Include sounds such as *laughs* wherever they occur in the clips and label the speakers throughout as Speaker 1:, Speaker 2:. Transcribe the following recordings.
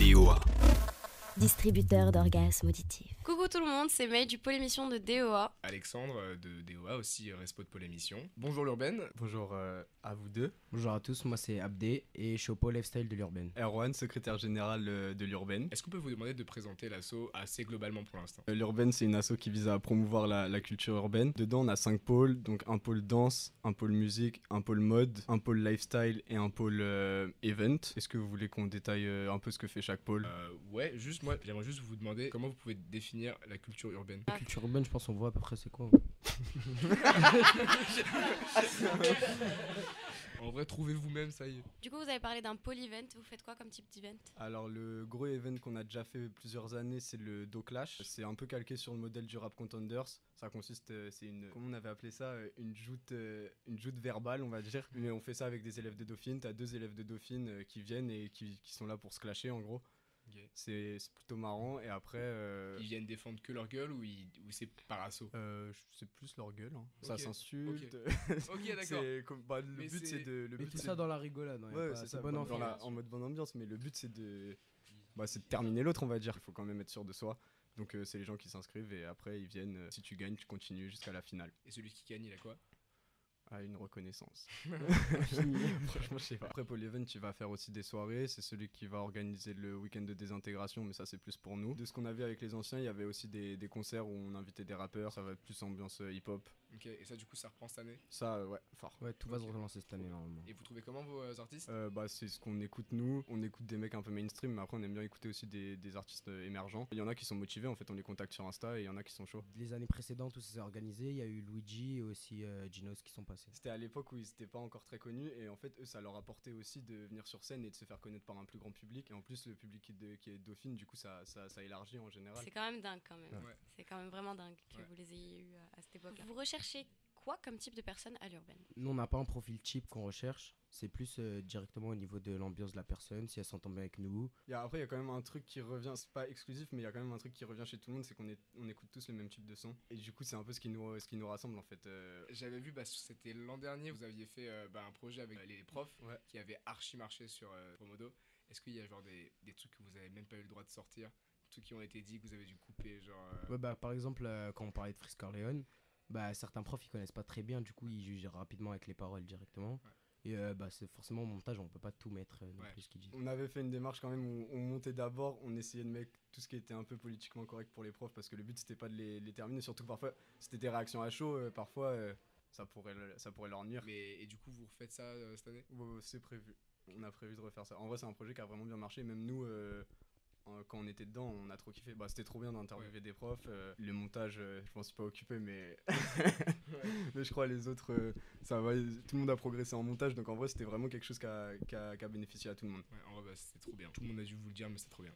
Speaker 1: DOA.
Speaker 2: Distributeur d'orgasmes auditifs.
Speaker 3: Coucou tout le monde, c'est May du pôle émission de DOA.
Speaker 4: Alexandre euh, de DOA, aussi euh, respo de Pôle Émission. Bonjour l'urbaine. Bonjour euh, à vous deux.
Speaker 5: Bonjour à tous, moi c'est Abdé et je suis au pôle lifestyle de l'urbaine.
Speaker 6: Erwan, secrétaire général euh, de l'Urbaine.
Speaker 4: Est-ce qu'on peut vous demander de présenter l'assaut assez globalement pour l'instant
Speaker 6: Euh, L'Urbaine, c'est une asso qui vise à promouvoir la, la culture urbaine. Dedans, on a cinq pôles, donc un pôle danse, un pôle musique, un pôle mode, un pôle lifestyle et un pôle euh, event. Est-ce que vous voulez qu'on détaille euh, un peu ce que fait chaque pôle
Speaker 4: Euh, Ouais, juste moi, j'aimerais juste vous demander comment vous pouvez définir la culture urbaine.
Speaker 5: La culture urbaine, je pense on voit à peu près c'est quoi. hein.
Speaker 4: En vrai, trouvez vous-même, ça y est.
Speaker 3: Du coup, vous avez parlé d'un polyvent, vous faites quoi comme type d'event
Speaker 5: Ah,
Speaker 6: Alors le gros event qu'on a déjà fait plusieurs années, c'est le Do Clash. C'est un peu calqué sur le modèle du rap contenders. Ça consiste, euh, c'est une, comment on avait appelé ça, euh, une joute, euh, une joute verbale, on va dire. Mais on fait ça avec des élèves de Dauphine. T'as deux élèves de Dauphine euh, qui viennent et qui, qui sont là pour se clasher en gros.
Speaker 4: Ok.
Speaker 6: C'est c'est plutôt marrant. Et après, euh,
Speaker 4: Ils viennent défendre que leur gueule ou, ils- ou c'est par *laughs* assaut
Speaker 6: euh, je- c'est plus leur gueule. hein. Ça
Speaker 4: Ok,
Speaker 6: s'insulte. *laughs*
Speaker 4: Ok, d'accord.
Speaker 6: C'est comme- bah, le
Speaker 4: Mais
Speaker 6: but
Speaker 4: c'est-
Speaker 6: c'est de, le
Speaker 5: Mais
Speaker 6: but,
Speaker 5: tout
Speaker 6: c'est
Speaker 5: ça dans la rigolade, hein, y a
Speaker 6: Ouais,
Speaker 5: pas-
Speaker 6: c'est
Speaker 5: c'est
Speaker 6: ça,
Speaker 5: bon
Speaker 6: dans
Speaker 5: enfant.
Speaker 6: la- en mode bonne ambiance, mais le but c'est de, bah, c'est de terminer l'autre, on va dire. Il faut quand même être sûr de soi. Donc euh, c'est les gens qui s'inscrivent et après ils viennent. euh, si tu gagnes, tu continues jusqu'à la finale.
Speaker 4: Et celui qui gagne, il a quoi
Speaker 6: À une
Speaker 5: *laughs*
Speaker 6: reconnaissance. *laughs* Franchement, je sais pas. Après Paul Even, tu vas faire aussi des soirées. C'est celui qui va organiser le week-end de désintégration, mais ça c'est plus pour nous. De ce qu'on a vu avec les anciens, il y avait aussi des, des concerts où on invitait des rappeurs. Ça va être plus ambiance euh, hip-hop.
Speaker 4: Ok, et ça, du coup, ça reprend cette année.
Speaker 6: Ça, euh, ouais, fort.
Speaker 5: Ouais, tout va se relancer cette année normalement.
Speaker 4: Et vous trouvez comment vos euh, artistes
Speaker 6: Euh, bah, c'est ce qu'on écoute nous. On écoute des mecs un peu mainstream, mais après on aime bien écouter aussi des, des artistes euh, émergents. Il y en a qui sont motivés, en fait on les contacte sur Insta et il y en a qui sont chauds.
Speaker 5: Les années précédentes où ça s'est organisé, il y a eu Luigi et aussi euh, Ginos qui sont passés.
Speaker 6: C'était à l'époque où ils n'étaient pas encore très connus et en fait eux ça leur apportait aussi de venir sur scène et de se faire connaître par un plus grand public. Et en plus le public qui, est de- qui est dauphine du coup ça, ça, ça élargit en général.
Speaker 3: C'est quand même dingue quand même.
Speaker 4: Ouais.
Speaker 3: C'est quand même vraiment dingue que
Speaker 4: Ouais.
Speaker 3: vous les ayez eus à, à cette époque-là. Vous recherchez quoi comme type de personne à l'urbaine
Speaker 5: Nous, on n'a pas un profil cheap qu'on recherche. C'est plus euh, directement au niveau de l'ambiance de la personne, si elle s'entend bien avec nous.
Speaker 6: Il y a- après il y a quand même un truc qui revient, c'est pas exclusif mais il y a quand même un truc qui revient chez tout le monde, c'est qu'on est- on écoute tous le même type de son. Et du coup c'est un peu ce qui nous, ce qui nous rassemble en fait. euh,
Speaker 4: J'avais vu, bah, c'était l'an dernier, vous aviez fait euh, bah, un projet avec euh, les profs
Speaker 6: Ouais.
Speaker 4: qui avaient archi marché sur euh, Promodo. Est-ce qu'il y a genre des, des trucs que vous avez même pas eu le droit de sortir Des trucs qui ont été dit que vous avez dû couper genre, euh,
Speaker 5: Ouais, bah, par exemple, euh, quand on parlait de Frisk Corleone, bah, certains profs ils connaissent pas très bien, du coup ils jugent rapidement avec les paroles directement. Et euh, bah, c'est forcément au montage, on peut pas tout mettre euh, non
Speaker 4: Ouais.
Speaker 5: plus ce qu'ils disent.
Speaker 6: On avait fait une démarche quand même où on montait d'abord, on essayait de mettre tout ce qui était un peu politiquement correct pour les profs parce que le but c'était pas de les, les terminer, surtout que parfois c'était des réactions à chaud, euh, parfois euh, ça, pourrait, le- ça pourrait leur nuire.
Speaker 4: Mais et du coup, vous refaites ça euh, cette année
Speaker 6: Ouais, ouais, c'est prévu, on a prévu de refaire ça. En vrai, c'est un projet qui a vraiment bien marché, même nous. euh, en- quand on était dedans, on a trop kiffé. Bah, c'était trop bien d'interviewer des profs. euh, le montage, euh, je m'en suis pas occupé, *laughs* mais. mais je crois les autres, euh, ça va. Tout le monde a progressé en montage, donc en vrai, c'était vraiment quelque chose qui a- qui a- qui a bénéficié à tout le monde.
Speaker 4: Ouais, en vrai, bah, c'était trop bien. Tout le monde a dû vous le dire, mais c'est trop bien.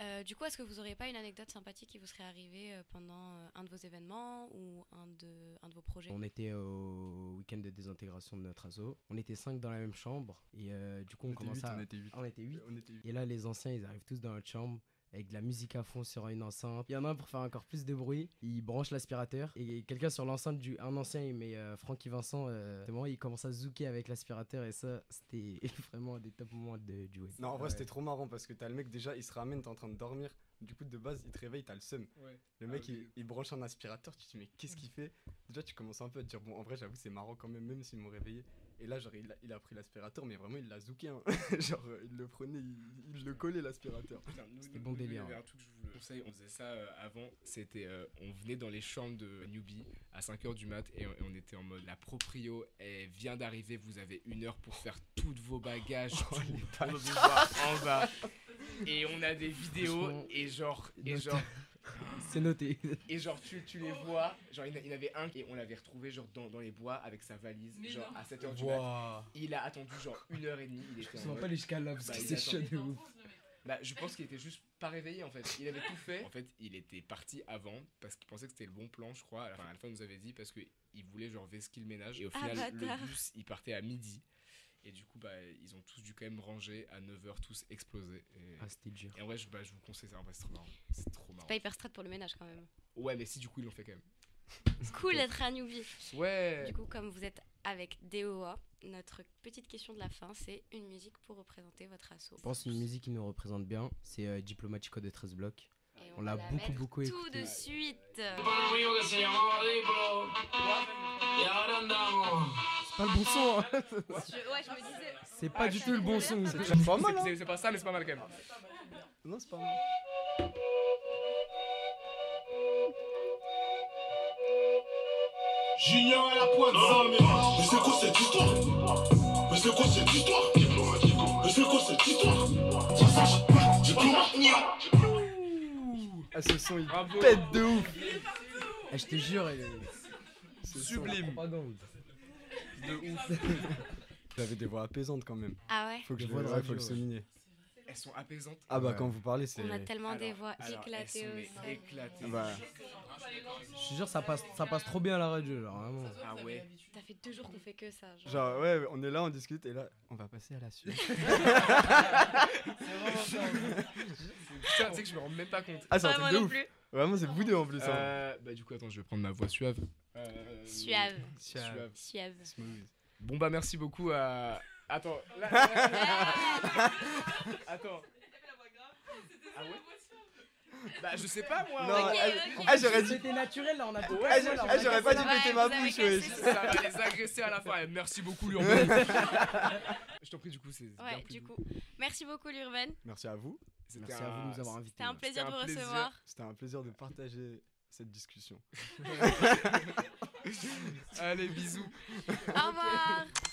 Speaker 3: Euh, Du coup, est-ce que vous auriez pas une anecdote sympathique qui vous serait arrivée euh, pendant euh, un de vos événements ou un de, un de vos projets
Speaker 5: On était au week-end de désintégration de notre asso. On était cinq dans la même chambre et euh, du coup on,
Speaker 6: On était
Speaker 5: commence
Speaker 6: huit,
Speaker 5: à.
Speaker 6: on était huit.
Speaker 5: Ah, on était huit.
Speaker 6: On était huit.
Speaker 5: Et là, les anciens, ils arrivent tous dans notre chambre avec de la musique à fond sur une enceinte. Il y en a un pour faire encore plus de bruit. Il branche l'aspirateur et quelqu'un sur l'enceinte du un ancien, il met euh, Francky Vincent. euh, justement, il commence à zouker avec l'aspirateur et ça, c'était *laughs* vraiment un des top moments de, du web.
Speaker 6: Non, en vrai,
Speaker 5: Ouais.
Speaker 6: c'était trop marrant parce que t'as le mec déjà, il se ramène, t'es en train de dormir. Du coup, de base, il te réveille, t'as le seum.
Speaker 4: Ouais.
Speaker 6: Le
Speaker 4: Ah,
Speaker 6: mec,
Speaker 4: ok.
Speaker 6: il, il branche un aspirateur, tu te dis, mais qu'est-ce qu'il fait Déjà, tu commences un peu à te dire, bon, en vrai, j'avoue, c'est marrant quand même, même s'ils m'ont réveillé. Et là, genre, il a, il a pris l'aspirateur, mais vraiment, il l'a zouké. hein. *laughs* genre, euh, il le prenait, il, il le collait, l'aspirateur.
Speaker 4: Putain, nous,
Speaker 5: C'était
Speaker 4: nous,
Speaker 5: bon
Speaker 4: nous, il y
Speaker 5: délire,
Speaker 4: avait
Speaker 5: hein.
Speaker 4: un truc que je vous le conseille, on faisait ça euh, avant. C'était, euh, on venait dans les chambres de Newbie à 5h du mat et on, et on était en mode la proprio, elle vient d'arriver, vous avez une heure pour faire toutes vos
Speaker 5: *laughs*
Speaker 4: bagages.
Speaker 5: Oh,
Speaker 4: tout. on va vous voir en bas. Et on a des vidéos
Speaker 5: Franchement,
Speaker 4: et genre, et
Speaker 5: notre- *laughs*
Speaker 4: genre,
Speaker 5: C'est noté.
Speaker 4: et genre tu, tu les vois. Genre, il y en a- il y en avait un et on l'avait retrouvé genre dans, dans les bois avec sa valise, genre à 7h du mat. Il a attendu genre une heure et demie, il était en mode-
Speaker 5: jusqu'à là parce
Speaker 4: Bah, que il c'est attend. chaud
Speaker 5: de ouf.
Speaker 4: bah, je pense qu'il était juste pas réveillé en fait. Il avait tout fait. En fait, il était parti avant parce qu'il pensait que c'était le bon plan, je crois. À la fin, à la fin, il nous avait dit parce que il voulait genre vesquer le ménage. Et au final,
Speaker 3: Ah, bâtard.
Speaker 4: le bus, il partait à midi. Et du coup, bah, ils ont tous dû quand même ranger à 9h, tous exploser. Et,
Speaker 5: Ah, c'était dur.
Speaker 4: et en vrai, je, bah, je vous conseille ça. En vrai, c'est trop marrant. C'est trop marrant.
Speaker 3: Pas hyper strat pour le ménage
Speaker 5: *laughs*
Speaker 3: quand même.
Speaker 4: Ouais, mais si du coup, ils l'ont fait quand même.
Speaker 3: Cool d'être à Newbie.
Speaker 4: Ouais.
Speaker 3: Du coup, comme vous êtes avec DOA. Notre petite question de la fin, c'est une musique pour représenter votre assaut.
Speaker 5: Je pense une musique qui nous représente bien, c'est euh, Diplomatico de 13 blocs.
Speaker 3: Et
Speaker 5: On l'a
Speaker 3: va la
Speaker 5: beaucoup,
Speaker 3: mettre
Speaker 5: beaucoup
Speaker 3: Tout
Speaker 5: écouté.
Speaker 3: de suite.
Speaker 1: Para un amigo que se llamaba Diplo. Y ahora andamos.
Speaker 5: C'est pas le bon son hein.
Speaker 3: ouais, je me disais.
Speaker 5: C'est pas du tout le bon son
Speaker 4: C'est
Speaker 6: pas mal,
Speaker 4: c'est- c'est pas hein. ça, mais c'est pas mal quand même.
Speaker 6: Non, c'est pas mal.
Speaker 7: Junior à la pointe, non, mais Mais c'est quoi cette histoire Mais c'est quoi cette histoire Mais c'est quoi cette histoire Diplomate, nia.
Speaker 6: Ah, ce son, il
Speaker 4: Bravo.
Speaker 6: pète de ouf.
Speaker 5: Ah, Je te jure, elle est-
Speaker 6: Ce son, la
Speaker 5: Sublime.
Speaker 6: propagande. De ouf. *laughs* Vous avez des voix apaisantes quand même.
Speaker 3: Ah ouais
Speaker 6: Faut que
Speaker 5: Des
Speaker 6: je
Speaker 5: voix
Speaker 6: le,
Speaker 5: de
Speaker 6: ouais,
Speaker 5: radio,
Speaker 6: faut le
Speaker 5: ouais.
Speaker 6: souligner.
Speaker 4: Elles sont apaisantes.
Speaker 6: Ah bah
Speaker 5: Ouais.
Speaker 6: quand vous parlez, c'est.
Speaker 3: On a tellement des
Speaker 4: Alors-
Speaker 3: voix
Speaker 4: alors, elles sont,
Speaker 3: éclatées
Speaker 4: mais,
Speaker 3: au sol.
Speaker 4: éclatées.
Speaker 6: Ah bah,
Speaker 5: Je te jure, ça passe, ça passe trop bien à la radio, genre vraiment.
Speaker 4: Ah ouais.
Speaker 3: Ça fait deux jours qu'on fait que ça. Genre.
Speaker 6: genre ouais, on est là, on discute et là, on va passer à la suite.
Speaker 4: Putain, tu sais que je me rends même pas compte.
Speaker 6: *laughs* Ah c'est un
Speaker 3: Vraiment
Speaker 6: truc de
Speaker 3: non
Speaker 6: ouf.
Speaker 3: plus.
Speaker 6: Vraiment c'est vous deux en plus. hein.
Speaker 4: Euh, bah du coup attends je vais prendre ma voix suave. Euh,
Speaker 3: Suave,
Speaker 6: Tiens,
Speaker 4: suave.
Speaker 3: suave.
Speaker 6: smooth.
Speaker 4: Bon bah merci beaucoup à. Attends. là- là-
Speaker 3: *laughs*
Speaker 4: attends. Ah ouais Bah je sais pas moi.
Speaker 6: Non,
Speaker 4: hein.
Speaker 3: Ok,
Speaker 6: elle-
Speaker 3: ok.
Speaker 6: ah, j'aurais dit.
Speaker 5: C'était naturel là, on a
Speaker 6: Ah, j'a- ah, j'aurais pas dû
Speaker 3: Ouais, vous
Speaker 6: péter ma
Speaker 3: avez
Speaker 6: bouche,
Speaker 3: cassé
Speaker 6: wesh.
Speaker 3: ce
Speaker 4: Ça va les agresser à la fin. Eh, merci
Speaker 3: *laughs*
Speaker 4: beaucoup Lurben. je t'en prie du coup c'est. bien
Speaker 3: Ouais,
Speaker 4: plus
Speaker 3: du
Speaker 4: doux.
Speaker 3: coup. Merci beaucoup, l'Urbaine.
Speaker 6: Merci à vous.
Speaker 4: C'était
Speaker 5: Merci à vous de nous avoir invités.
Speaker 3: C'était un plaisir de vous
Speaker 4: un plaisir.
Speaker 3: recevoir.
Speaker 6: C'était un plaisir de partager cette discussion.
Speaker 4: Allez bisous. *laughs*
Speaker 3: Au revoir.